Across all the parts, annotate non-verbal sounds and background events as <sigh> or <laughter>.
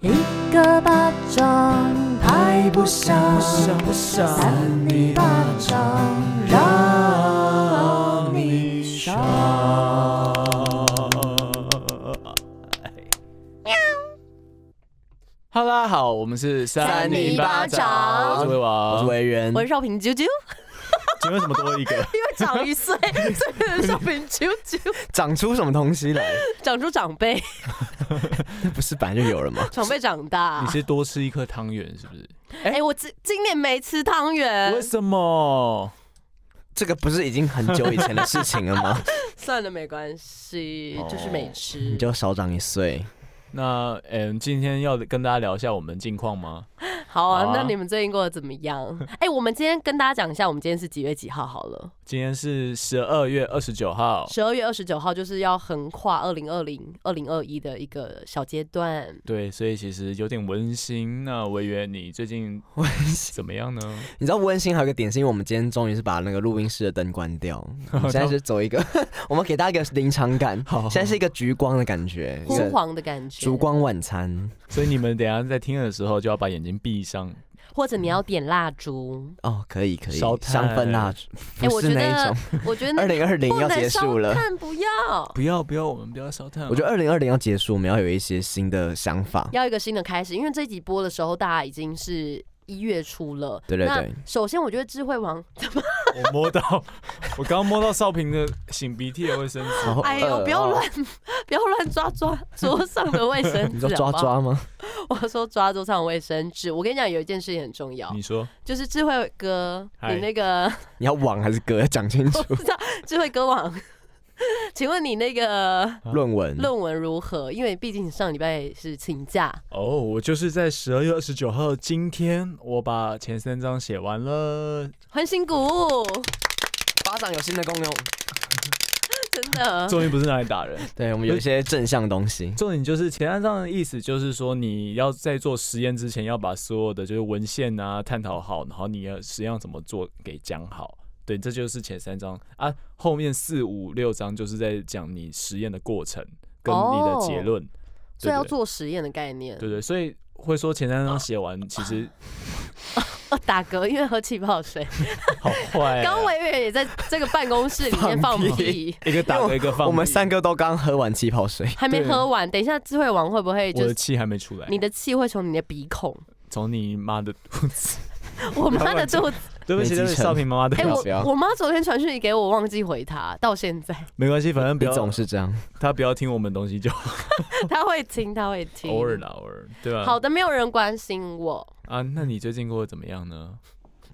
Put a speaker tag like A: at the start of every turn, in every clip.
A: 一个巴掌拍不响，
B: 不想
A: 扇你巴掌让你爽。
B: 哈喽，大家好，我们是
A: 三零八掌
B: 我是魏王，
C: 我是维园
A: 我，是少平啾
C: <laughs>
A: 啾，
C: 请问什么多一个？
A: 又长一 <laughs> 岁，所以是少平啾啾，
C: 长出什么东西来？
A: 长出长
C: <laughs>
A: 辈，
C: 那不是本来就有了吗？
A: 长辈长大
B: 你。是多吃一颗汤圆是不是？
A: 哎、我今今年没吃汤圆
B: 为，什么？
C: 这个不是已经很久以前的事情了吗？
A: 算了，没关系，就是没吃
C: 哦你。就少长一岁。
B: 那嗯，今天要跟大家聊一下我们近况吗？
A: <laughs> 好啊，
B: 好啊
A: 那你们最近过得怎么
C: <laughs>
A: 样？哎、我们今天跟大家讲一下，我们今天是几月几号好了。
B: 今天是十二月二十九号，
A: 十二月二十九号就是要横跨二零二零、二零二一的一个小阶段。
B: 对，所以其实有点温馨。那维园，你最近
C: 温馨，
B: 怎么样呢？
C: <laughs> 你知道温馨还有一个点是因为我们今天终于是把那个录音室的灯关
B: <laughs>
C: 掉，我们现在是走一个， <laughs> 我们给大家一个临场感，
B: 好
C: 现在是一个橘光的感觉，一
A: 昏
C: 个
A: 黄的感觉，
C: 烛，光晚餐
B: 所以你们等一下在听的时候就要把眼睛闭上。
A: 或者你要点蜡烛。
C: 哦，可以可以，
B: 烧
C: 香
B: 炭
C: 氛蜡烛，
A: 哎、
C: 不
A: 我觉
C: 是那一
A: 得
C: 种，，
A: 我觉得
C: 二
A: 那
C: 零二零
A: 不
C: 要
A: 能
C: 结
A: 烧
C: 束了。
A: 炭嗯不要，
B: 不要不要，我们不要烧炭。啊
C: 我觉得二零二零要结束，我们要有一些新的想法。
A: 要一个新的开始。因为这一集播的时候，大家已经是一月初了。
C: 对对
A: 那
C: 对
A: 首先，我觉得智慧王，
B: 我摸到， <laughs> 我刚刚摸到少平的擤鼻涕的卫生纸。
C: 好
A: 哎呦，
C: 饿
A: 不要
C: 哦
A: 乱， <laughs> 不要乱抓抓桌上的卫生纸。
C: 你说抓
A: 好不好？
C: 抓吗？
A: <laughs> 我说抓桌上的卫生纸。我跟你讲，有一件事情很重要，
C: 嗯
B: 你说
A: 就是智慧哥，
B: 嗨
A: 你那个。
C: <laughs> 你要网还是歌？讲
B: <laughs>
C: 清楚。
A: 智慧歌王， <laughs> 请问你那个
B: 啊
C: 论文，
A: 论文如何？因为毕竟上礼拜是请假，
B: 哦，我就是在十二月二十九号今天，我把前三章写完了，
A: 欢欣鼓舞，
C: 巴掌有新的功用。
A: 真的。
B: 终于不是拿来打人。
C: 对我们有一些正向东西。
B: 重点就是前三章的意思，就是说你要在做实验之前，要把所有的就是文献啊探讨好，然后你要实际上怎么做给讲好。对，这就是前三章啊，后面四五六章就是在讲你实验的过程跟你的结论。
C: 哦
B: 对
A: 所以要
B: 对
A: 做实验的概念，
B: 对对，所以会说前三章写完，其实
A: 哦，打嗝，因为喝气泡水。
B: 好坏、啊。
A: 刚
C: <laughs>
A: 维远也在这个办公室里面放
C: 放屁
A: 屁，
B: 一个打嗝一个放屁，
C: 我们三个都刚喝完气泡水，
A: 还没喝完。等一下，智慧王会不会
B: 我
A: 就
B: 的
A: 是
B: 气哎还没出来，
A: 你的气会从你的鼻孔？ <laughs>
B: 从你妈的肚
C: <laughs>
B: 子。
A: 我妈的肚子，
B: 对不起，对
C: 没继
B: 不起，
C: 承
B: 少平妈
C: <laughs>
B: 妈
A: 哎，
B: 对不起，
A: 我我妈昨天传讯息给我，忘记回她，到现
B: <laughs>
A: 在
B: 没关系，反正不
C: 你
B: 要
C: 总是这样。
B: 他不要听我们东西就好
A: 她会听，她会听。
B: 偶尔嗯啦，偶尔对吧？
A: 好的，没有人关心我。
B: 啊，那你最近过得怎么样呢？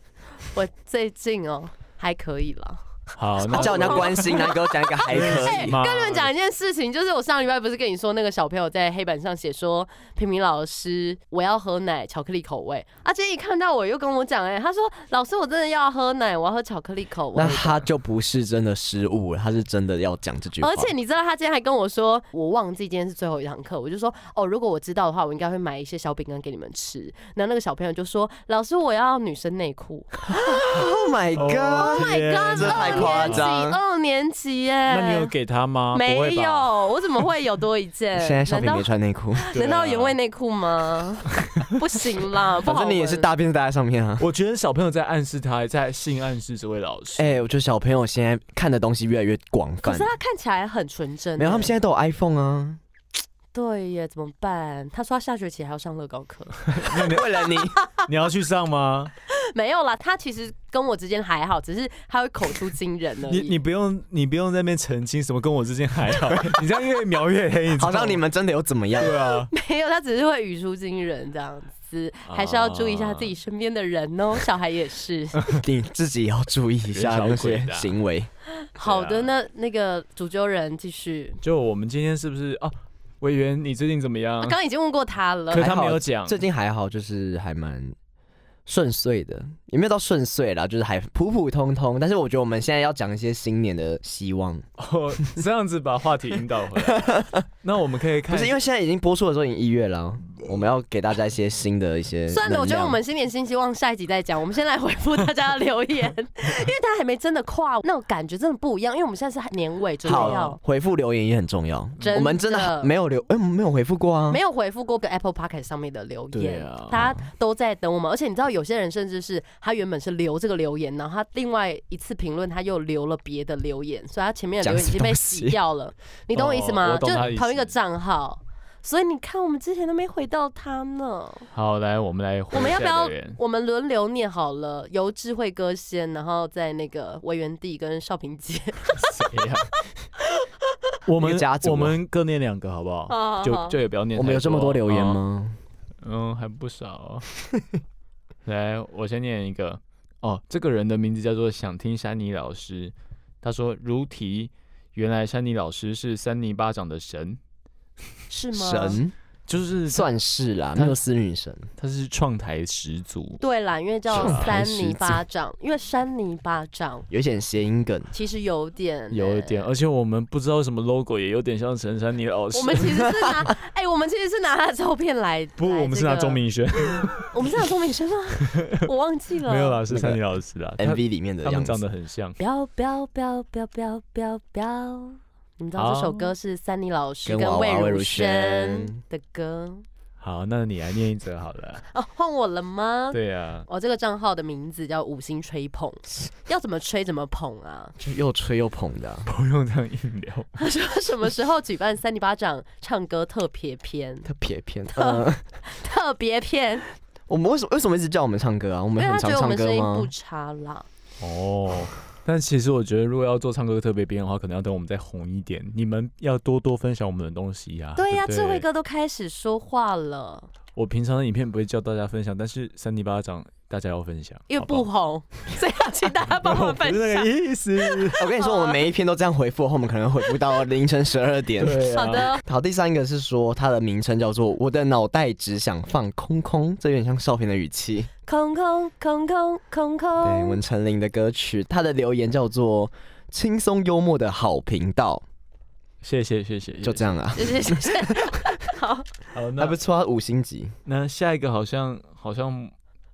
C: <laughs>
A: 我最近哦还可以啦。
B: 好，那
C: 啊叫人家关心，然后给我讲一个
A: <laughs>
C: 还可
A: 哎、
C: 以。
B: 妈
A: 跟你们讲一件事情，就是我上礼拜不是跟你说那个小朋友在黑板上写说，平平老师我要喝奶巧克力口味，啊，结果一看到我又跟我讲，哎，他说老师我真的要喝奶，我要喝巧克力口味
C: 那。他就不是真的失误了，他是真的要讲这句话。
A: 而且你知道他今天还跟我说，我忘记今天是最后一堂课，我就说哦，如果我知道的话，我应该会买一些小饼干给你们吃。然后那个小朋友就说，老师我要女生内裤。
C: ，Oh my God，
B: Oh my
A: God，
C: 这太夸张
A: 二年级耶，
B: 那你有给他吗？不
A: 没
B: 会吧，啊
A: 有，我怎么会有多一件？
C: <laughs> 现在小品
A: 难道
C: 没穿内裤，
B: 对啊
A: 难道原味？内裤吗？不行啦，不
C: <laughs> 反
A: 好
C: 正
A: 闻。
C: 你也是大便是搭在上面 <laughs> 啊。
B: 我觉得小朋友在暗示他，在性暗示这位老师。
C: 哎，我觉得小朋友现在看的东西越来越广
A: 可
C: 泛
A: 是，他看起来很纯真欸。
C: 没有，他们现在都有 iPhone 啊。
A: 对耶，怎么办？他说他下学期还要上乐高课。 <laughs>
C: 为了 <laughs> 你，
B: 你要去上吗？
A: 没有啦，他其实跟我之间还好，只是他会口出惊人而
C: 哎
B: 你
A: 已。
B: 你不用你不用在那边澄清什么，跟我之间还
C: <laughs>
B: 好，你这样越描越黑，你知道
C: 好
B: 吗
C: 像你们真的有怎么样？
B: 对啊，
A: <laughs> 没有，他只是会语出惊人这样子，
C: 啊
A: 还是要注意一下自己身边的人哦。小孩也
C: <laughs>
A: 是。
C: 你自己要注意一下
B: 人
C: 那
B: 小鬼
C: 些
B: 的啊
C: 行为。
A: 好
B: 对
A: 的，
B: 啊
A: 那那个主揪人继续。
B: 就我们今天是不是啊？委员，你最近怎么样
A: 啊刚？刚已经问过他了
B: 可，他没有讲，
C: 最近还好，就是还蛮顺遂的，也没有到顺遂啦，就是还普普通通。但是我觉得我们现在要讲一些新年的希望，
B: 哦，
C: <laughs>
B: 这样子把话题引导回来。那我们可以
C: 不
B: 看，
C: 是因为现在已经播出的时候已经一月了哦，我们要给大家一些新的
B: 呃
C: 一些。
A: 算了，我觉得我们新年新希望，下一集再讲。我们先来回复大家的留言，因
B: <laughs>
A: 为大家还没真的跨，那种感觉真的不一样。因为我们现在是年尾，准备
C: 好
A: 要
C: 回复留言也很重要
A: 真。的
C: 我们真的没有留，哎，我们没有回复过啊。
A: 没有回复过 Apple p o c k e t 上面的留
B: 嗯对
A: 言，
B: 啊
A: 大家都在等我们。而且你知道，有些人甚至是他原本是留这个留言，然后他另外一次评论他又留了别的留言，所以他前面的留言已经被洗
B: <laughs>
A: 掉了。你懂我意思吗？
B: 哦我
A: 就
B: 懂他意思
A: 同一个账号。所以你看，我们之前都没回到他呢。
B: 好，来我们来回
A: 我们要
B: 下
A: 不要
B: 留言？
A: 我们轮流念好了？由智慧哥先，然后在那个维园地跟少平姐。
B: 谁呀？我
C: <laughs> 一
B: 们
C: 个家族啊
B: 我们各念两个好不 <laughs> 好？
A: 啊， <laughs>
B: 就就也不要念。
C: 我们有这么多留言？吗？
B: 嗯，还不少。 <laughs> 来，我先念一个。哦，这个人的名字叫做想听山妮老师。他说：“如题，原来山妮老师是三尼巴掌的神，
A: 是吗？
C: 神
B: 就是他
C: 哦算是啦，
B: 他
C: 缪斯女神。
B: 他是创台始
C: <laughs>
B: 祖。
A: 对啦，因为叫
C: 是啊
A: 三泥巴掌，因为山泥巴掌
C: 有一点谐音梗，
A: 其实有点、
B: 有一点，。
C: 哎
B: 呃而且我们不知道什么 logo，也有点像陈珊妮老师。
A: 我们其实是
B: <laughs>
A: 拿，哎、我们其实是拿他的照片来。
B: 不，
A: 来
B: 我们是
A: 这个
B: 拿钟，明轩，
A: 我们是拿钟明
B: <laughs>
A: 轩吗？我忘记了。
B: 没有啦，是
C: 那个
B: 珊妮老师啦。他
C: MV 里面的
B: 他
C: 样
B: 们长得
C: 子。
B: 很像。
A: 飙飙飙飙飙飙飙！你们知道这首歌是三妮老师
C: 跟
A: 跟
C: 娃娃
A: 魏
C: 魏
A: 如
C: 如
A: 萱
C: 萱
A: 的歌
B: 好，那你来念一则好了。
A: 哦，换我了吗？
B: 对啊呀，
A: 我哦这个账号的名字叫五星吹捧，要怎么吹怎么捧啊！
C: 就又吹又捧的啊、
B: 不用这样硬聊。
A: 他说什么时候举办三里巴掌唱歌特别篇？
C: 特别偏。 <laughs> 呃，
A: 特别篇，
C: 我们为什么为什么一直叫我们唱歌啊？我
A: 因
C: 们
A: 为
C: 很
A: 他觉得我
C: 常唱
A: 们声
C: 歌
A: 音不
C: 吗？
A: 差啦。
B: 啊哦， <laughs> 但其实我觉得，如果要做唱歌特别编的话，可能要等我们再红一点。你们要多多分享我们的东西呀、
A: 对呀、
B: 不
A: 智慧，哥都开始说话了，
B: 我平常的影片不会教大家分享，但是三尼巴掌大家要分享，
A: 因为
B: 好不
A: 不红，所以要请大 <laughs> 家帮
B: 好 <laughs>
A: 我
B: 不
A: 分
B: 是那
A: 享
B: 个。意
A: <laughs>
B: 思。
C: 我跟你说，我们每一篇都这样回复的话，我们可能回复到凌晨十二 <laughs> 点。
B: 对、啊，
A: 好，的，
C: 好，第三个是说它的名称叫做“我的脑袋只想放空空”，这有点像少平的语气。
A: 空空空空空
C: 对，
A: 空
C: 文，成林的歌曲，他的留言叫做“轻松幽默的好频道
B: 谢谢谢谢，”，
C: 就这样啊，
A: 谢谢谢谢。好，
B: 好，那
C: 还不错啊，五星级。
B: 那下一个好像好像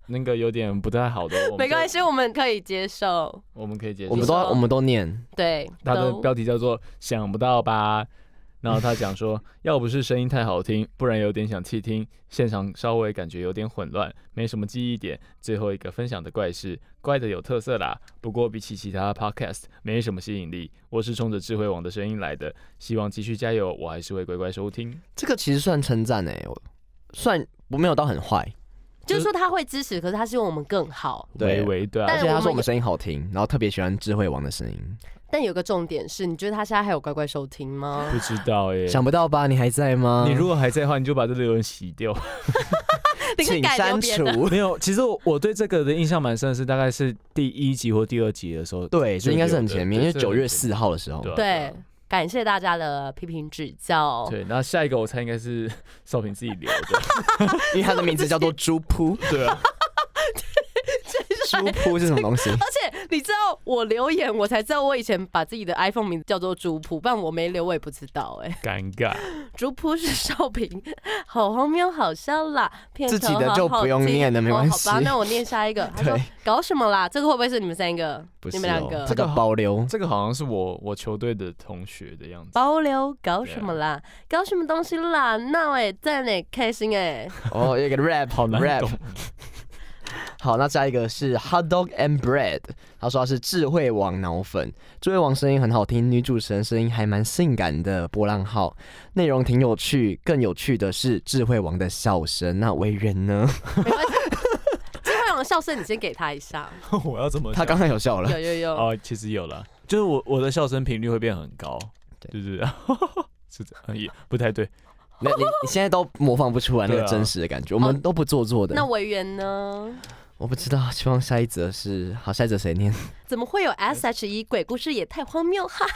B: 那个有点不太好的，我们
A: 没关
B: 系，
A: 系，我们可以接受。
B: 我们可以解决。
C: 我们都
A: 你说
C: 我们都念，
A: 对，
B: 他的
A: 都
B: 标题叫做“想不到吧”，然后他讲说，
A: <laughs>
B: 要不是声音太好听，不然有点想弃听，现场稍微感觉有点混乱，没什么记忆点。最后一个分享的怪事，怪的有特色啦，不过比起其他 podcast 没什么吸引力。我是冲着智慧网的声音来的，希望继续加油，我还是会乖乖收听。
C: 这个其实算称赞哎，我算我没有到很坏，
A: 就是说他会支持，可是他希望我们更好。
B: 微
C: 对
B: 微对
A: 但
C: 而
B: 啊，
C: 且
A: 我
C: 他
A: 们
C: 说我
A: 有
C: 们声音好听，然后特别喜欢智慧王的声音。
A: 但有个重点是，你觉得他现在还有乖乖收听吗？
B: 不知道耶、
C: 想不到吧？你还在吗？
B: 你如果还在的话，你就把这个留言洗掉。
A: 你可以
C: <laughs> 请
A: 改留
C: 删
A: 别的。
B: <laughs>
C: 除。
B: 没有，其实我我对这个的印象蛮深的是，大概是第一集或第二集的时候，
C: 对，这应该是很前面，因为
B: 对
C: 九月四号的时候
B: 对，啊
A: 对， <laughs> 感谢大家的批评指教。
B: 对，那下一个我猜应该是 <laughs> 少平自己留的， <laughs>
C: 因为他的名字
A: <laughs>
C: 叫做猪扑，
B: 对啊，
C: <laughs> 猪扑是什么东西？
A: 而且你知道我留言，我才知道我以前把自己的 iPhone 名字叫做竹谱，不然我没留我也不知道 <laughs> 哎、
B: 尴尬，
A: 竹谱是少平，好荒谬，好笑啦！片头
C: 自己的就
A: 好好
C: 不用
A: 听
C: 念了没
A: 哦
C: 关
A: 好吧，
C: 系
A: 那我念下一
C: <laughs>
A: 个。他说
C: 对
A: 搞什么啦？这个会不会是你们三个？
C: 不哦
A: 你们两个
C: 这个保留。
B: 这个好像是我我球队的同学的样子，
A: 包留搞什么啦？
C: 啊
A: 搞什么东西啦？闹哎、赞哎、开心哎、
C: 哦，有一个 rap，
B: 好难
C: rap
B: 懂。
C: 好，那下一个是 Hot Dog and Bread，他说他是智慧王脑粉，智慧王声音很好听，女主持人声音还蛮性感的波浪号，内容挺有趣，更有趣的是智慧王的笑声。那维人 <laughs> 呢？
A: 没关系。这会让笑声，你先给他一下。
B: <laughs> 我要怎么
C: 他
B: 讲？
C: 刚刚有笑 <laughs> 了，
A: 有有有，
B: 哦，其实有了，就是我我的笑声频率会变很高，
C: 对
B: 对对对， <laughs> 是这样，也不太对，
C: 那你你现在都模仿不出来那
B: 对
C: 个
B: 啊
C: 真实的感觉，我们都不做作的。
A: 那委员呢？
C: 我不知道，希望下一则是好，下一则谁念？
A: 怎么会有 S H E 鬼故事也太荒谬哈！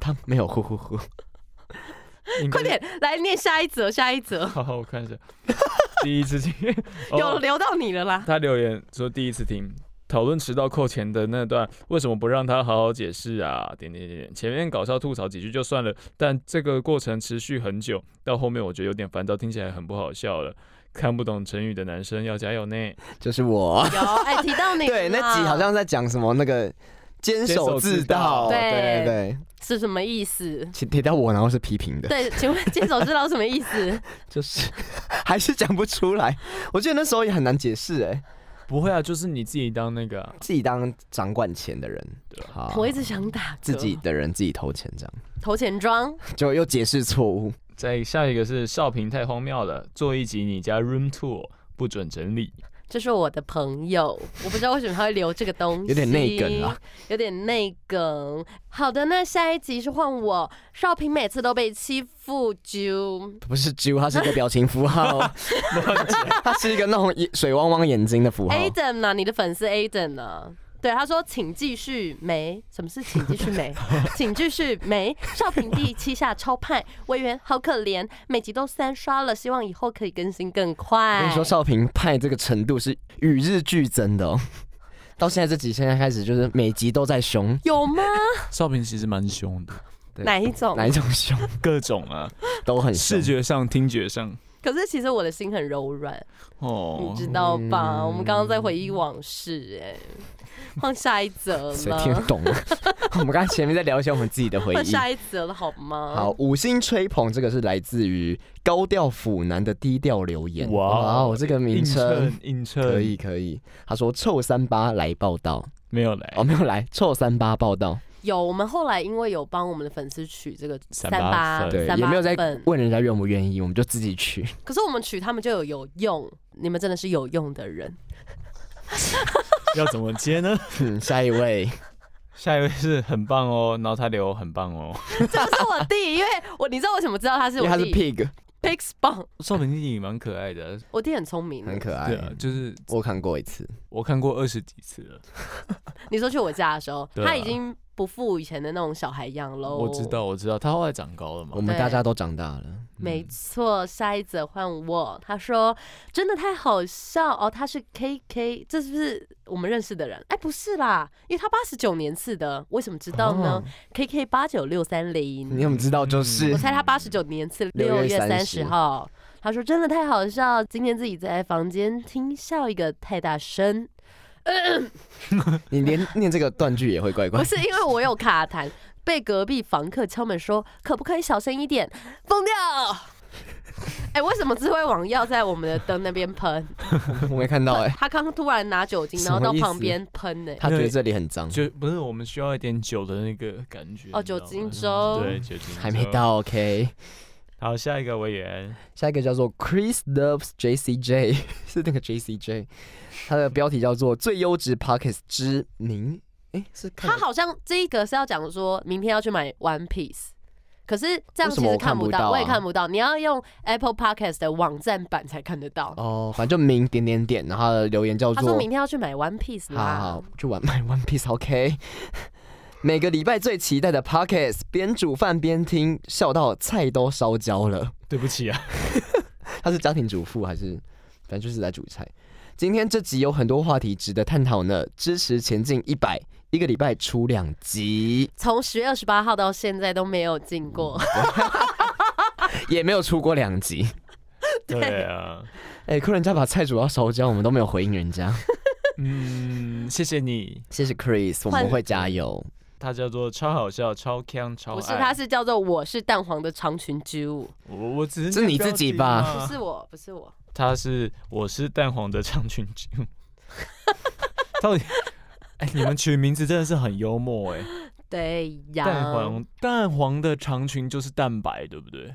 C: 他没有呼呼呼，
B: 应该
A: 快点来念下一则，下一
B: <laughs>
A: 则、
B: 好好我 <laughs> 看一下，第一次听，
A: 有
B: 哦
A: 留到你了啦。
B: 他留言说第一次听，讨论迟到扣钱的那段，为什么不让他好好解释啊？点点点点，前面搞笑吐槽几句就算了，但这个过程持续很久，到后面我觉得有点烦躁，听起来很不好笑了。看不懂成语的男生要加油呢！
C: 就是我。
A: 有哎、提到你
C: <laughs> 对，那集
A: 了
C: 好像在讲什么那个坚守自
B: 坚守自盗
C: 盗，
A: 对
C: 对对对，
A: 是什么意思？
C: 提提到我，然后是批评的，
A: 对，请问坚守之道什么意
C: <laughs>
A: 思？
C: 就是还是讲不出来。我记得那时候也很难解释，哎，
B: 不会啊，就是你自己当那个啊、
C: 自己当掌管钱的人，好，
A: 我一直想打嗝
C: 自己的人自己投钱，这样
A: 投钱庄，
C: 就又解释错误。
B: 再下一个是少平太荒谬了，做一集你家 room tour 不准整理，
A: 这是我的朋友，我不知道为什么他会留这个东西，
C: 有点内梗啊，
A: 有点内梗。好的，那下一集是换我，少平每次都被欺负，就
C: 不是猪，它是一个表情符 <laughs> 号，它是一个那种眼水汪汪眼睛的符号。
A: Aden 呐、你的粉丝 Aden 呐、对，他说：“请继续没，什么是请继续
C: <laughs>
A: 没？请继续没。少平第七下超派，委员好可怜，每集都三刷了，希望以后可以更新更
C: 我
A: 快。”
C: 跟你说，少平派这个程度是与日俱增的哦。到现在这集，现在开始就是每集都在凶，
A: 有吗？
B: 少平其实蛮凶的，
C: 对
A: 哪一种？
C: 哪一种凶
B: 各种啊，
C: 都很凶
B: 视。觉上、听觉上，
A: 可是其实我的心很柔软，
B: 哦
A: 你，知道吧？
C: 嗯
A: 我们刚刚在回忆往事、哎，换下一则
C: 谁听得
A: 了，
C: 懂 <laughs> 啊？我们刚才前面在聊一些我们自己的回
A: 换
C: 忆。
A: 下一则了好吗？
C: 好，，五星吹捧这个是来自于高调腐男的低调留言。
B: 哇
C: 哇哦，这个名称
B: 映衬
C: 可以可以。他说臭三八来报道，
B: 没有来
C: <laughs> 哦没有来，臭三八报道，
A: 有我们后来因为有帮我们的粉丝取这个
B: 三八
A: 八
B: 粉
C: 对，
A: 三
C: 也没有在
A: 粉
C: 问人家愿不愿意，我们就自己去。
A: 可是我们取他们就有有用，你们真的是有用的人。
B: 要怎么接呢？
C: 嗯，下
A: <laughs>
C: 一位，
B: <laughs> 下一位是很棒哦，然后他留很棒哦，
A: 这不是我弟，因为我你知道我怎么知道他是
C: 因为
A: 我
C: <laughs> 他是
A: 弟
C: pig，
A: ？Pix 棒，
B: <laughs> 少平弟弟蛮可爱的，
A: 我弟很聪明的。
C: 很可爱
B: 对。啊，就是
C: 我看过一次，
B: 我看过二十几次了，
A: 你说去我家的时候，
B: 对啊
A: 他已经不复以前的那种小孩样喽。
B: 我知，道我知道，他后来长高了嘛
C: 我，们
A: 对
C: 大家都长大了。
A: 没错。下一则换我，他说真的太好笑哦，他是 KK，这是不是我们认识的人？哎，不是啦，因为他八十九年次的，为什么知道呢、
C: 哦
A: k k 八九六三零。
C: 你怎么知道？就是
A: 我猜他八十九年次
C: 6
A: 六
C: 月
A: 月
C: 30
A: 三十号，他说真的太好笑，今天自己在房间听笑一个太大
C: <laughs>
A: 声，
C: 你连念这个断句也会怪怪
A: 不。是因为我有卡痰， <laughs> 被隔壁房客敲门说可不可以小声一点，疯掉。 <laughs> 哎、为什么智慧网要在我们的灯那边
C: <laughs>
A: 喷？
C: 我没看到哎，
A: 他刚刚突然拿酒精，
C: 什
A: 然
C: 么
A: 后到
C: 意思
A: 旁边喷呢。
C: 他觉得这里很脏，
B: 就不是我们需要一点酒的那个感觉
A: 哦
B: 你知道吗
A: 酒精周
B: 对酒精
C: 还没
B: 周。
C: 到 OK。
B: 好，下一个委 <laughs> 员，
C: 下一个叫做 Chris loves JCJ，是 <laughs> 那个 JCJ，他的标题叫做《最优质 Pockets 之名》。哎，是看
A: 他好像这一个是要讲说明天要去买 One Piece，可是这样
C: 为
A: 其
C: 什么
A: 实
C: 我看
A: 不
C: 不
A: 到，
C: 到啊
A: 我也看不到。你要用 Apple Podcast 的网站版才看得到。
C: 哦，反正就名点点点，然后他的留言叫
A: 他
C: 做
A: 说明天要去买 One Piece 啊
C: 好
A: 啦。
C: 好，就玩买 One Piece OK。每个礼拜最期待的 Pockets，边煮饭边听，笑到菜都烧焦了。
B: 对不起啊，
C: 他是家庭主妇还是？反正就是在煮菜。今天这集有很多话题值得探讨呢，支持前进一百，一个礼拜出两集，
A: 从十月二十八号到现在都没有进过，
B: 嗯
C: 也没有出过两集。
B: <laughs> 对啊，
C: 哎、客人家把菜煮到烧焦，我们都没有回应人家。 <laughs>
B: 嗯，谢谢你。
C: 谢谢 Chris，我们会加油。
B: 他叫做超好笑、超强、超
A: 不
B: 爱。
A: 是，他是叫做我是蛋黄的长裙居物，
B: 我我只是
C: 这你自己吧
B: 念标
A: 不
B: 题
A: 是
B: 嘛
A: 我，不是我，
B: 他是我是蛋黄的长裙猪。到底哎、你们取名字真的是很幽默哎、
A: 对呀，
B: 蛋黄蛋黄的长裙就是蛋白，对不对？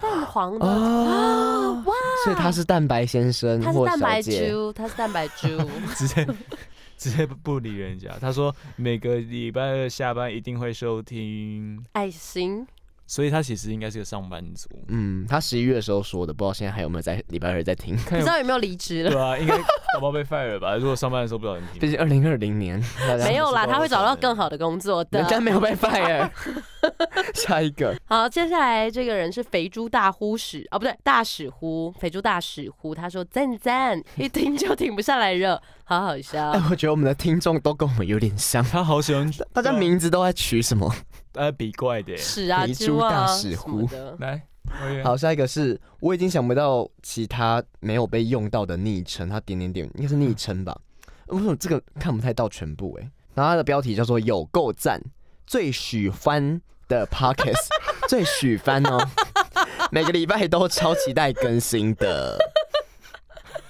A: 蛋黄的。
B: 啊
C: 哦，
A: 哇，
C: 所以他是蛋白先生
A: 啊他是
C: 或
A: 蛋
C: 小
A: 白
C: 姐，
A: 猪，他是蛋白
B: <laughs>
A: 猪，
B: 直接直接不理人家。他说每个礼拜二下班一定会收听，
A: 爱心
B: 所以他其实应该是个上班
C: <laughs>
B: 族。
A: <laughs>
C: 嗯，他十一月的时候说的，不知道现在还有没有在礼拜二在听。
A: 不
B: 看
A: 知
B: 有
A: 道有没有离职了
B: 对？啊，应该宝宝被 fire 了吧？如果上班的时候不小心
C: 毕
B: 听，
C: 竟二零二零年，大家
A: 没有啦，
B: 不知道
A: 他会找
B: 为什
A: 到
B: 么
A: 更好的工作的
C: 人。家没有被 fire。下一个，
A: 好，接下来这个人是肥猪大呼屎哦，不对，大屎呼，肥猪大屎呼。他说赞赞，一听就停不下来热，好好笑
C: 哎。，我觉得我们的听众都跟我们有点像，
B: 他好喜欢
C: 大家名字都在取什么？
B: 呃比怪的耶。
A: 屎啊，
C: 肥
A: 猪
C: 猪
A: 啊，
C: 大屎
A: 什么
C: 呼
A: 的。
B: 来，我也
C: 好，下一个是我已经想不到其他没有被用到的昵称，他点点点应该是昵称吧？为什么这个看不太到全部哎、然后他的标题叫做“有够赞最许翻的 Pockets” 。 <laughs> 最许翻哦， <laughs> 每个礼拜都超期待更新的。 <laughs>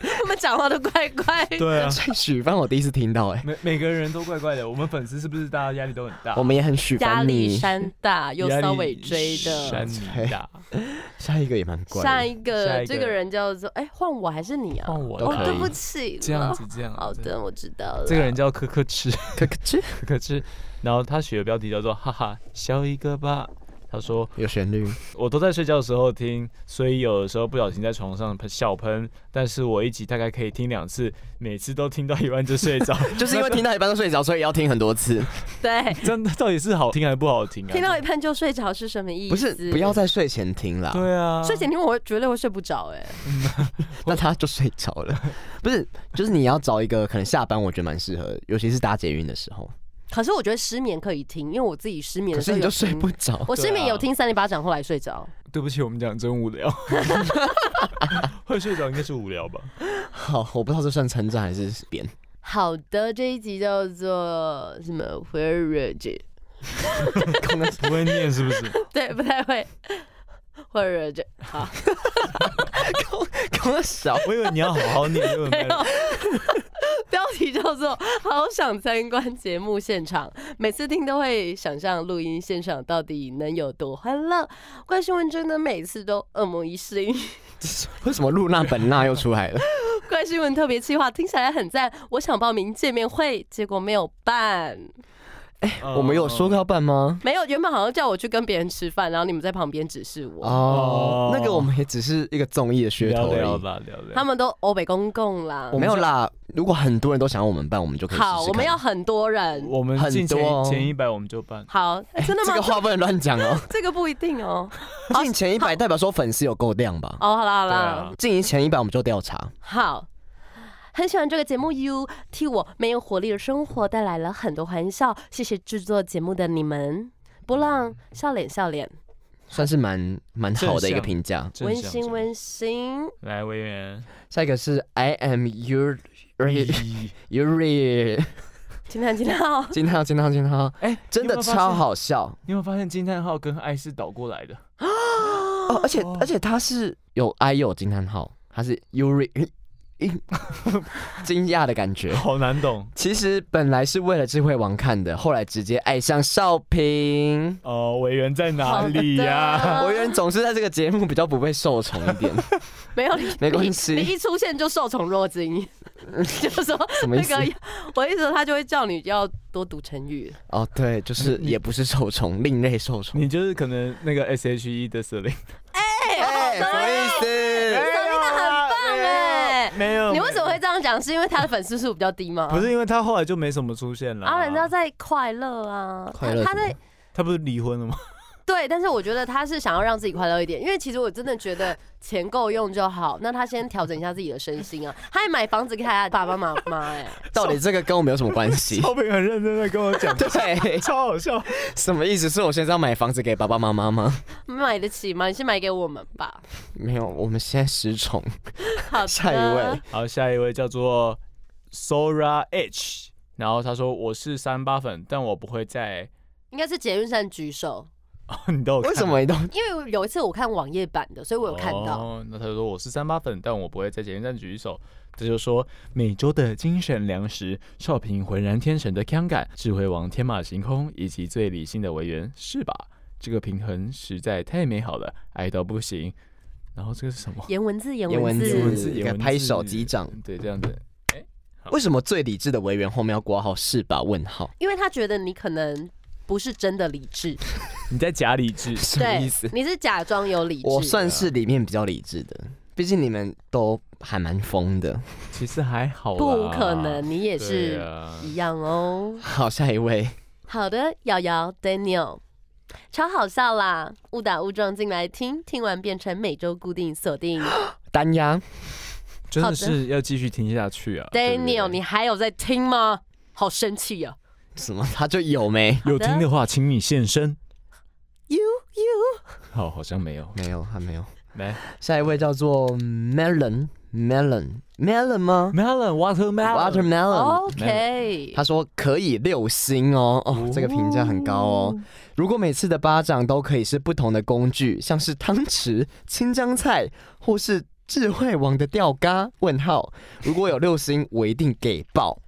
A: 他们讲话都怪怪。
B: 对啊，
C: 最许翻我第一次听到哎、
B: 每每个人都怪怪的。我们粉丝是不是大家压力都很大？
C: 我们也很许
A: 压
C: 翻
A: 力
C: 你。
A: 山大又
B: 压力
A: 稍微追的
B: 山。泥大，
C: 下一个也蛮怪
A: 下
C: 的，
A: 一个
B: 下一个
A: 这个人叫做哎，换我还是你啊？
B: 换我
C: 都
A: 哦，
C: 可以
A: 对不起，
B: 这样。子这样子。
A: 好的，我知道了。
B: 这个人叫可可吃，
C: 可可这
B: 可可吃，然后他取的标题叫做“哈哈笑一个吧”。他说
C: 有旋律，：“
B: 我都在睡觉的时候听，所以有的时候不小心在床上喷笑喷，但是我一集大概可以听两次，每次都听到一半就睡着。
C: <laughs>
B: <laughs>
C: 就是因 <laughs> 为听到一半都睡着，所以要听很多次。
A: 对，
B: 真的到底是好听还是不好听啊？
A: 听到一半就睡着是什么意思？
C: 不是，不要在睡前听啦。
B: 对啊，
A: 睡前听我会绝对会睡不着哎。 <laughs>
C: 那他就睡着了。不是，就是你要找一个可能下班，我觉得蛮适合的，尤其是搭捷运的时候。
A: 可是我觉得失眠可以听，因为我自己失眠
C: 可
A: 的时嗯
C: 是
A: 候
C: 你
A: 有
C: 就睡
A: 听
C: 不着，
A: 我失
B: 对
A: 眠
B: 啊
A: 有听三零八掌，后来睡着。
B: 对不起，我们讲真无
A: <laughs>
B: 聊。会睡着应该是无聊吧？
C: 好，我不知道这算称赞还是贬。
A: 好的，这一集叫做什么 Where is it？
B: 不会念是不是？
A: <laughs> 对，不太会。Where is it？好，
C: <laughs> 跟我小
B: 我以为你要好好念英文
A: <laughs> 没有。标题叫做“好想参观节目现场”，每次听都会想象录音现场到底能有多欢乐。怪新闻真的每次都耳目一新，
C: 为什么露娜本娜又出来了？
A: <laughs> 怪新闻特别计划听起来很赞，我想报名见面会，结果没有办。
B: 嗯
A: 哦
C: 我们有说过要办吗？
A: 没有，原本好像叫我去跟别人吃饭，然后你们在旁边指示我。
C: 哦
B: 哦，
C: 那个我们也只是一个综艺的噱
B: 聊
C: 头
B: 聊
C: 而
B: 吧，聊聊。
A: 他们都欧北公共啦
C: 已。。没有啦，如果很多人都想要我们办，我们就可以试试看
A: 好，我们要很多人。
B: 我们进前
C: 很多哦
B: 前一百我们就办。
A: 好，欸真的
C: 这
A: 吗？
C: 个话不能乱
A: <laughs>
C: 讲哦。
A: 这个不一定哦。
C: 进前一百代表说粉丝有够量吧？
A: 哦，好啦好
B: 对
A: 啦
B: 啊，，
C: 进前一百我们就调查。
A: 好。很喜欢这个节目，You 替我没有活力的生活带来了很多欢笑，谢谢制作节目的你们。波浪笑脸笑脸，
C: 算是蛮蛮好的一个
B: 正向
C: 评价。
B: 正
A: 温
B: 向
A: 馨
B: 正
A: 温馨。
B: 来委
A: <laughs>
B: 员，
C: 下一个是 I am your Yuri，
A: 金叹金叹，
C: <laughs> 惊叹号惊叹号惊叹号，
B: 哎，
C: 真的
B: 你有没有发现
C: 超。好笑
B: 你有没有发现惊叹号跟爱是倒过来的？
C: 哦！而且
B: 哦
C: 而且他是有 I 有惊叹号，他是 Yuri，惊讶的感觉。
B: <laughs> 好难懂
C: 其实本来是为了智慧王看的，后来直接爱上少平。
B: 哦。委员在哪里
A: <laughs>
B: 呀？
A: 好的
C: 我原总是在这个节目比较不被受宠一
B: <laughs>
C: 点，
A: 没有你，
C: 没关
A: 你
C: 系，
A: 一出现就受宠若
C: <laughs>
A: 惊，就是说
C: 什么意
A: 那
C: 思
A: 个？，我一直他就会叫你要多读成语。
C: 哦，对，就是
B: 你
C: 也不是受宠，另类受宠。
B: 你就是可能那个 S H E 的司令。
A: 哎
C: 什么意思？
A: 真的很棒哎、
B: 没有
C: 哦
A: 你为什么会这样讲？是因为他的粉丝数比较低吗？
B: 不，是因为他后来就没什么出现了。
A: 啊，人家在快乐啊，
C: 快乐
A: 他他
C: 什么
A: 在
B: 他不是离婚了 <laughs> 吗？
A: 对，但是我觉得他是想要让自己快乐一点，因为其实我真的觉得钱够用就好。那他先调整一下自己的身心啊，他还买房子给他爸爸妈妈哎，
C: 到底这个跟我们有什么关系？，
B: 超平很认真的跟我讲
C: 对，
B: <laughs> 超好笑。
C: 什么意思？是我现在要买房子给爸爸妈妈吗？
A: 买得起吗？你先买给我们吧。
C: <laughs> 没有，我们现在失 <laughs> 宠。
A: 好的，
C: 下一位，
B: 好，下一位叫做 Sora H，然后他说我是三八粉，但我不会在。 <laughs>
A: 应该是捷运站举手，
B: 你都有看
C: 为什么你都
A: 因为有一次我看网页版的，所以我有看到。
B: 哦、那他就说我是三八粉，但我不会在捷运站举手。这就说每周的精神粮食，少平浑然天成的腔感，智慧王天马行空，以及最理性的委员，是吧？这个平衡实在太美好了，爱到不行。然后这个是
A: <laughs>
B: 什么？
A: 颜文字，颜
C: 颜
A: 文
C: 文
A: 字，
C: 字
B: 字
C: 应
B: 也
C: 该
B: 文
C: 拍
B: 字
C: 手击掌
B: 对，这样子。
C: 为什么最理智的委员后面要挂号是吧？问号
A: 因为他觉得你可能不是真的理智，
B: 你在假理智，
C: 什么
A: 对
C: 意思？，
A: 你是假装有理智。
C: 我算是里面比较理智的，毕竟你们都还蛮疯的。 <laughs>
B: 其实还好啦，
A: 不可能，你也
B: 对
A: 是
B: 啊
A: 一样哦。
C: 好，下一位，
A: 好的，瑶瑶 Daniel，超好笑啦！误打误撞进来听，听完变成每周固定锁定
C: 单压
B: 真
A: 好
B: 的
A: 的
B: 是要继续听下去啊。对不对
A: Daniel，你还有在听吗？好生气啊呀、
C: 什么？他就有没？
A: 好
B: 有
A: 的
B: 听的话，请你现身。
A: You you，
B: 好，好像没有。
C: 哦没有，他没有。
B: 来
C: 下一位叫做 Melon Melon Melon 吗
B: ，Melon Watermelon，
C: ？Watermelon。
A: Oh， OK，
C: 他说可以六星哦，哦，这个评价很高哦。如果每次的巴掌都可以是不同的工具，像是汤匙、青江菜，或是智慧王的吊嘎？问号。如果有六星，我一定给爆。？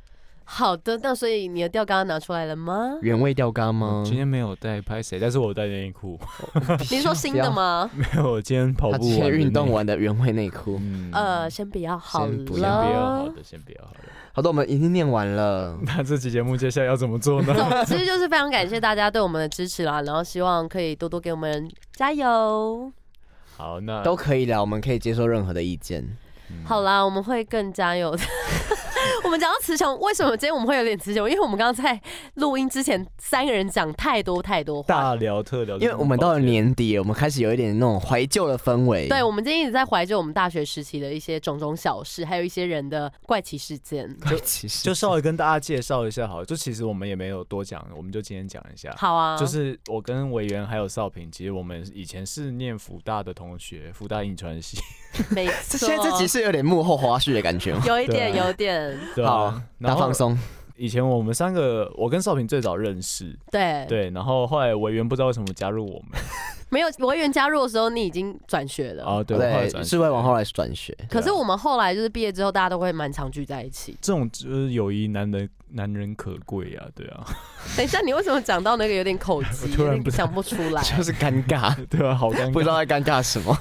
A: 好的，那所以你的钓竿拿出来了吗
C: 原味吊嘎
B: 哦
C: 吗？
B: 今天没有带拍谁，但是我有带内
C: <laughs>
B: 裤，
A: 你说新的吗？
B: 没有。我今天跑
C: 他
B: 步
C: 今天
B: 完的
C: 运动
B: 内裤，
C: 完的原味内裤。
B: 嗯
A: 呃，，先不要好了，
C: 先不
B: 先不要好的，先不要好的。 <laughs>
C: 好的，我们已经念完了。
B: 那这期节目接下来要怎么做
A: <laughs>
B: 呢？
A: 总之就是非常感谢大家对我们的支持啦，然后希望可以多多给我们加油。
B: 好，那
C: 都可以啦，我们可以接受任何的意见。
A: 好啦，我们会更加油的。 <laughs> 我们讲到词穷，为什么今天我们会有点词穷？因为我们刚刚在录音之前，三个人讲太多太多话。
B: 大聊特聊，
C: 因为我们到了年底，我们开始有一点那种怀旧的氛围。
A: 对，我们今天一直在怀旧我们大学时期的一些种种小事，还有一些人的怪奇事
B: <laughs>
A: 件。
C: 就其实
B: 就稍微跟大家介绍一下好了，就其实我们也没有多讲，我们就今天讲一下。
A: 好啊，
B: 就是我跟委员还有少平，其实我们以前是念福大的同学，福大印传系， <laughs>
A: 没
C: 这
A: 错，
C: 现在这集是有点幕后花絮的感觉吗
A: 有一点，
B: 对啊
A: 有一点，
B: 对
C: 好
B: 吧？
C: 大
B: <laughs> 然后
C: 放松，
B: 以前我们三个，我跟少平最早认识，
A: 对，
B: 对，然后后来委员不知道为什么加入我们，
A: 没有维园加入的时候，你已经转学了。
B: 啊，对，我啊后来
C: 对，
B: 转
C: 智慧王后来是转学，
A: <laughs> 可是我们后来就是毕业之后，大家都会蛮常聚在一起。
B: 这种就是友谊难能难人可贵啊，对啊， <laughs>
A: 等一下，你为什么讲到那个有点口
B: 我
A: 急，
B: 突然
A: 有点
B: 不知道
A: 想不出来？
C: 就是尴尬，
B: 对啊，好尴尬，
C: <laughs> 不知道在尴尬什么。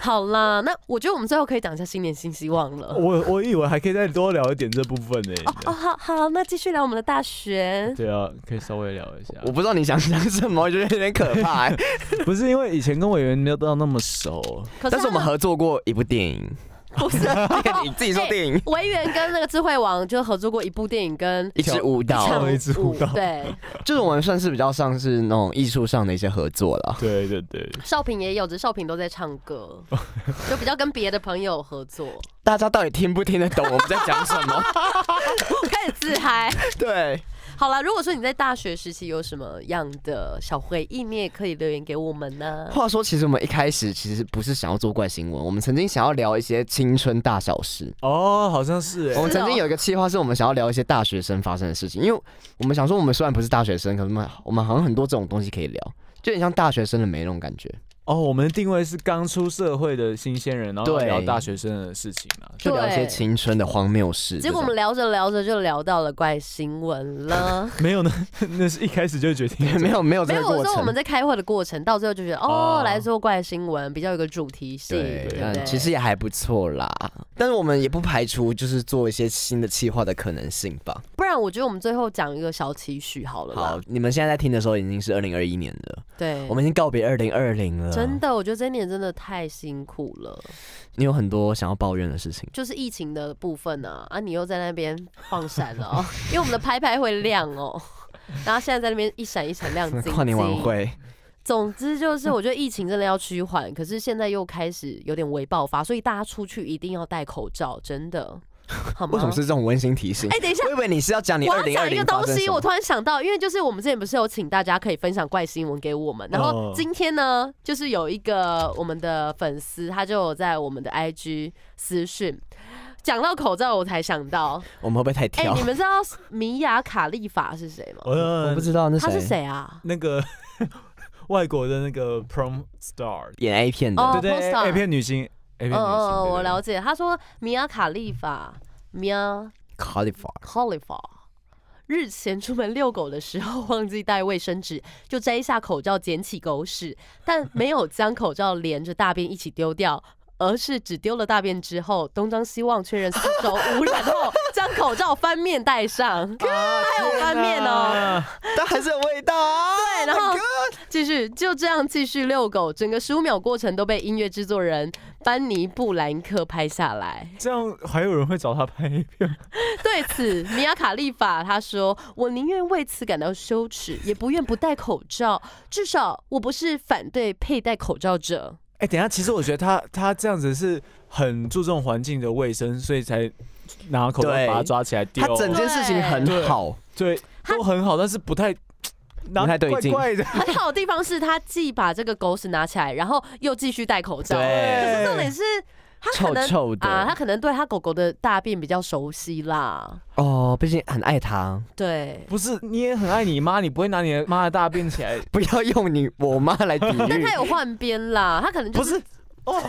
A: 好啦，那我觉得我们最后可以讲一下新年新希望了。
B: 我我以为还可以再多聊一点这部分呢、
A: 哦，好好，那继续聊我们的大学。
B: 对啊，可以稍微聊一下。
C: 我不知道你想讲什么，我觉得有点可怕欸。
B: 不是因为以前跟委员没有到那么熟，
A: 可
C: 但是我们
A: 他
C: 合作过一部电影，
A: <laughs> 不是
C: <laughs> 你自己说
A: <laughs>
C: 电影，
A: 维园跟那个智慧王就合作过一部电影跟
C: 一支舞蹈，
A: 场
B: 一支舞蹈
A: 对，
C: 就是我们算是比较像是那种艺术上的一些合作了。
B: 对对对，
A: 少平也有，只是少平都在唱
C: <laughs>
A: 歌，就比较跟别的朋友合作，
C: 大家到底听不听得懂我们在讲什么？
A: 开始自嗨。
C: 对，
A: 好啦，如果说你在大学时期有什么样的小回忆，你也可以留言给我们呢、
C: 话说，其实我们一开始其实不是想要做怪新闻，我们曾经想要聊一些青春大小事。
B: 哦，好像是、
C: 我
B: 欸，
C: 们曾经有一个计划，是我们想要聊一些大学生发生的事情，因为我们想说，我们虽然不是大学生，可是我们我们好像很多这种东西可以聊，就很像大学生的没那种感觉，
B: 哦，我们的定位是刚出社会的新鲜人，然后
C: 对
B: 聊大学生的事情啊。
C: 就聊一些
A: 对
C: 青春的荒谬事。
A: 结果我们聊着聊着就聊到了怪新闻了。
B: 没有呢，那 <laughs> 是一开始就决定
C: 这 <laughs> 种没有没有这
A: 没
C: 个
A: 有，我
C: 过
A: 说我们
C: 程。
A: 在开会的过程，到最后就觉得
B: 哦
A: 哦，来做怪新闻比较有个主题性，对
C: 对
A: 不，对？
C: 但其实也还不错啦，但是我们也不排除就是做一些新的企划的可能性吧。
A: 不然我觉得我们最后讲一个小期许好了啦
C: 好。，你们现在在听的时候已经是二零二一年了，
A: 啊对，
C: 我们已呃经告别二零二零了。
A: 真，的，我觉得这一年真的太辛苦了，
C: 你有很多想要抱怨的事情。
A: 就是疫情的部分啊，啊，你又在那边放闪了
C: <laughs>
A: 哦，因为我们的拍拍会亮哦。然后现在在那边一闪一闪亮晶晶。
C: <laughs> 跨年晚。会，
A: 总之就是，我觉得疫情真的要趋缓，可是现在又开始有点微爆发，所以大家出去一定要戴口罩，真
C: <laughs>
A: 的，好吗？
C: 为什么是这种温馨提醒
A: 哎、？等一下
C: <laughs> 我，以为你是要讲你
A: 我
C: 二
A: 要
C: 零二
A: 讲一
C: 零
A: 个东西，我突然想到，因为就是我们之前不是有请大家可以分享怪新闻给我们，然后
B: 哦
A: 今天呢，就是有一个我们的粉丝，他就有在我们的 IG 私讯。讲到口罩，我才想 <laughs> 到，
C: 我们会不会太
A: 哎、
C: 跳？
A: 你们知道米娅卡利法是谁吗？
C: 我
B: 我呃
C: 不知道那
A: 他是
C: 谁
A: 谁啊？
B: 那个 <laughs> 外国的那个 prom star，
C: 演 A 片
A: 哦
C: 的，
B: 对对
A: prom star
B: ，A 片女星，A 片女
A: 嗯
B: 星，
A: 嗯嗯，我了
B: 了，
A: 解。他说米娅卡利法，米娅
C: c a l i f o r
A: 卡利法。日前出门遛狗的时候忘记带卫生纸，就摘下口罩捡起狗屎，但没有将口罩连着大便一起丢掉。而是只丢了大便之后，东张西望确认四周无人后，将口罩翻面戴上，
B: Oh 啊
A: 还有翻哎面哦。
C: 但还是有味道啊。
A: <laughs> 对，然后继续就这样继续遛狗，整个十五秒过程都被音乐制作人班尼布兰克拍下来。
B: <laughs> 这样还有人会找他拍片吗？
A: 对此，米娅卡利法她说：“我宁愿为此感到羞耻，也不愿不戴口罩。至少我不是反对佩戴口罩者。
B: <laughs>
C: <laughs>
B: 哎、等一下，其实我觉得他他这样子是很注重环境的卫生，所以才拿口罩
C: 对
B: 把它抓起来丢。
C: 他整件事情很好，
B: 对都很好，但是不太
C: 不太对劲
B: 怪怪的。
A: 很好的地方是他既把这个狗屎拿起来，然后又继续戴口罩。
C: 对
A: 可是重点是他可
C: 臭
A: 能
C: 臭的
A: 啊，他可能对他狗狗的大便比较熟悉啦。
C: 哦，毕竟很爱他，
A: 对，
B: 不是，你也很爱你妈，你不会拿你的妈的大便起 <laughs> 来。
C: 不要用你我妈来比
A: 但
C: 喻
A: 他有换边啦，他可能就
B: 不是 <laughs> 哦，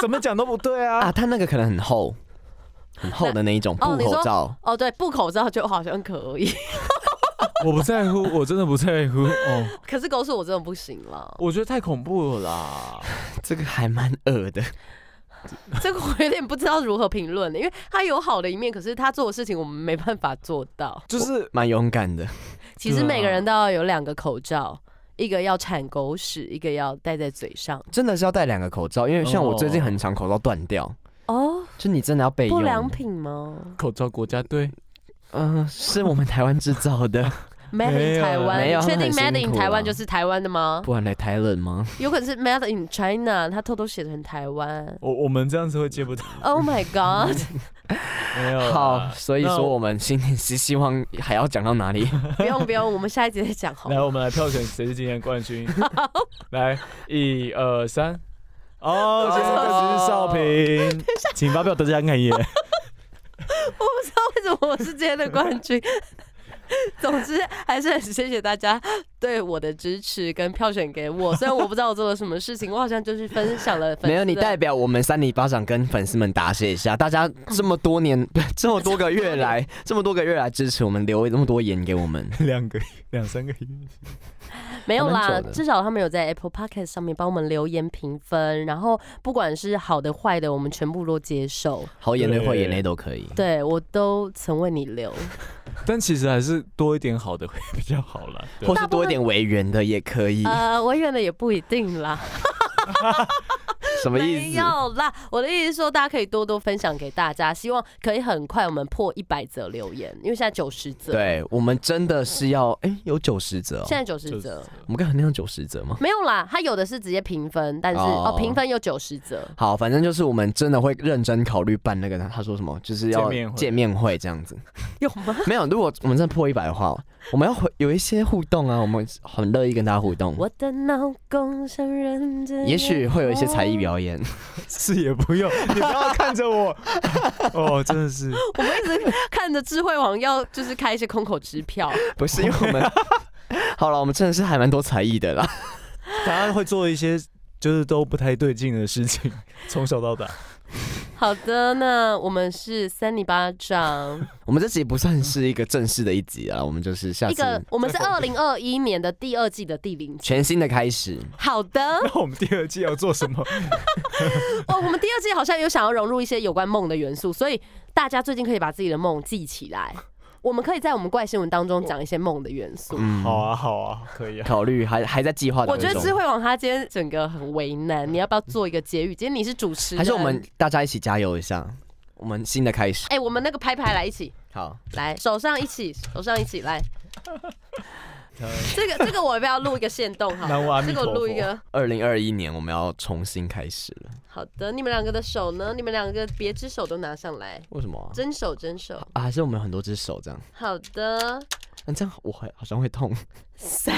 B: 怎么讲都不对啊。
C: 啊，他那个可能很厚，很厚的那一种
A: 那哦
C: 布口罩。
A: 哦，对，不口罩就好像可以， <laughs>
B: 我不在乎，我真的不在乎。哦，
A: 可是狗屎我真的不行了，
B: 我觉得太恐怖了啦。
C: 这个还蛮恶的， <laughs>
A: 这个我有点不知道如何评论的，因为他有好的一面，可是他做的事情我们没办法做到。
B: 就是
C: 蛮勇敢的。
A: 其
C: 啊
A: 实每个人都要有两个口罩，一个要铲狗屎，一个要戴在嘴上。
C: 真的是要戴两个口罩，因为像我最近很常口罩断掉，
A: 哦，
C: 就你真的要备用。
A: 不良品吗？
B: 口罩国家队，
C: 嗯、是我们台湾制造的，
A: Made
B: 没
A: in
B: 有
A: 台湾，
C: 没有
A: 你确定
C: 他很
A: Made
C: 辛
A: in
C: 苦啊
A: 台湾就是台湾的吗？
C: <laughs> 不然来台冷吗？
A: 有可能是 Made in China，他偷偷写成台湾。
B: 我我们这样子会接 <laughs> 不到。
A: Oh my
C: <laughs>
A: god！
B: 没
A: 呃
B: 有啦
C: 好，所以
B: 那
C: 说我们新年希希望还要讲到哪里？
A: 不用不用，我们下一集再讲好
B: 来，
A: 了。
B: 我们来票选谁是今天的冠 <laughs> 军。来，一二三。哦，今天的是少平， <laughs> 请发表得奖感言。
A: 我不知道为什么我是今天的冠军。 <laughs> 总之还是很谢谢大家对我的支持跟票选给我，虽然我不知道我做了什么事情，我好像就是分享了粉丝的。
C: <laughs> 没有，你代表我们三里巴掌跟粉丝们答谢一下，大家这么多
A: <laughs>
C: 年、这么多个月来、这么多个月来支持我们，留那么多言给我们。
B: 两个两三个月，
A: 没有
C: 还
A: 啦
C: 蛮久，的
A: 至少他们有在 Apple Podcast 上面帮我们留言评分，然后不管是好的坏的，我们全部都接受。
C: 好眼泪、
B: 对
C: 坏眼泪都可以。
A: 对我都曾为你留，
B: 但其实还是多一点好的会比较好啦。对
C: 或是多一点委员的也可以，
A: 呃，我远的也不一定啦，
C: 什么意
A: 呃没
C: 思？
A: 有啦。我的意思是说，大家可以多多分享给大家，希望可以很快我们破一百则留言，因为现在九十则，，
C: 对我们真的是要，哎、有九十折哦
A: 现，在九十
B: 就
A: 则。
C: 我们刚才那样九十折吗？
A: 没有啦，他有的是直接评分，但是
C: 哦
A: 哦，评分有九十折，
C: 好，反正就是我们真的会认真考虑办那个，他说什么就是
B: 见
C: 要
B: 面会
C: 见面会这样子。
A: 有吗？
C: <laughs> 没有，如果我们真的破一百的话，我们要回有一些互动啊，我们很乐意跟大家互动。
A: 我的老公像认真，
C: 也许会有一些才艺表演，
A: 哦
B: 是也不 <laughs> 用，你不要看着我。 <laughs> 哦，真的是，
A: 我们一直看着智慧王要就是开一些空口支票，
C: <laughs> 不是因为我
A: <laughs>
C: 们好了，我们真的是还蛮多才艺的啦。
B: 大家会做一些就是都不太对劲的事情， <laughs> 从小到大。
A: 好的，那我们是三里巴掌，
C: 我们这集不算是一个正式的一集啊，我们就是下
A: 一个
C: 次
A: 我们是二零二一年的第二季的第零集。
C: 全新的开始。
A: 好的，
B: 那我们第二季要做 <laughs> 什么？
A: 哦，我们第二季好像有想要融入一些有关梦的元素，所以大家最近可以把自己的梦记起来。我们可以在我们怪新闻当中讲一些梦的元素。
C: 嗯，
B: 好啊，好啊，可以啊。
C: 考虑还还在计划
A: 我
C: 当
A: 觉得智
C: 中。
A: 慧王他今天整个很为难，你要不要做一个结语？今天嗯你是主持人，
C: 还是我们？大家一起加油一下，我们新的开始。
A: 哎、我们那个拍拍来一起，
C: 好，
A: 来手上一起，手上一起来。
B: 呃
A: 这 <laughs> 个这个我要不要录一个线动好
B: 南无阿
A: 了？
B: 弥
A: 这个
B: 陀
A: 我
B: 佛
A: 录一个。
C: 二零二一年我们要重新开始了。
A: 好的，你们两个的手呢？你们两个别只手都拿上来，
C: 为什么啊？
A: 真手真手。
C: 啊还是我们有很多只手这样？
A: 好的，
C: 那、这样我会好像会痛。
A: 三，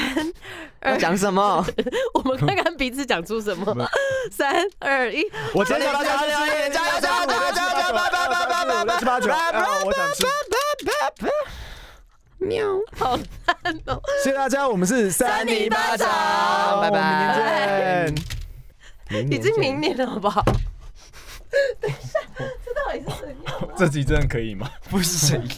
C: 要讲什么？
A: <laughs> 我们看看彼此讲出什么。 <laughs> 三二一，
B: 我今天大家加油加油加油加油加油！八八八八八八七八九，啊我想吃。
C: 喵！
A: 好烂哦！
B: 谢谢大家，我们是三
A: 里巴掌
B: 拜拜，
A: 拜
B: 明年见。
A: 已经明年了，好 <laughs> 不好？等一下，这到底是怎样？
B: 这集真的可以吗？不行。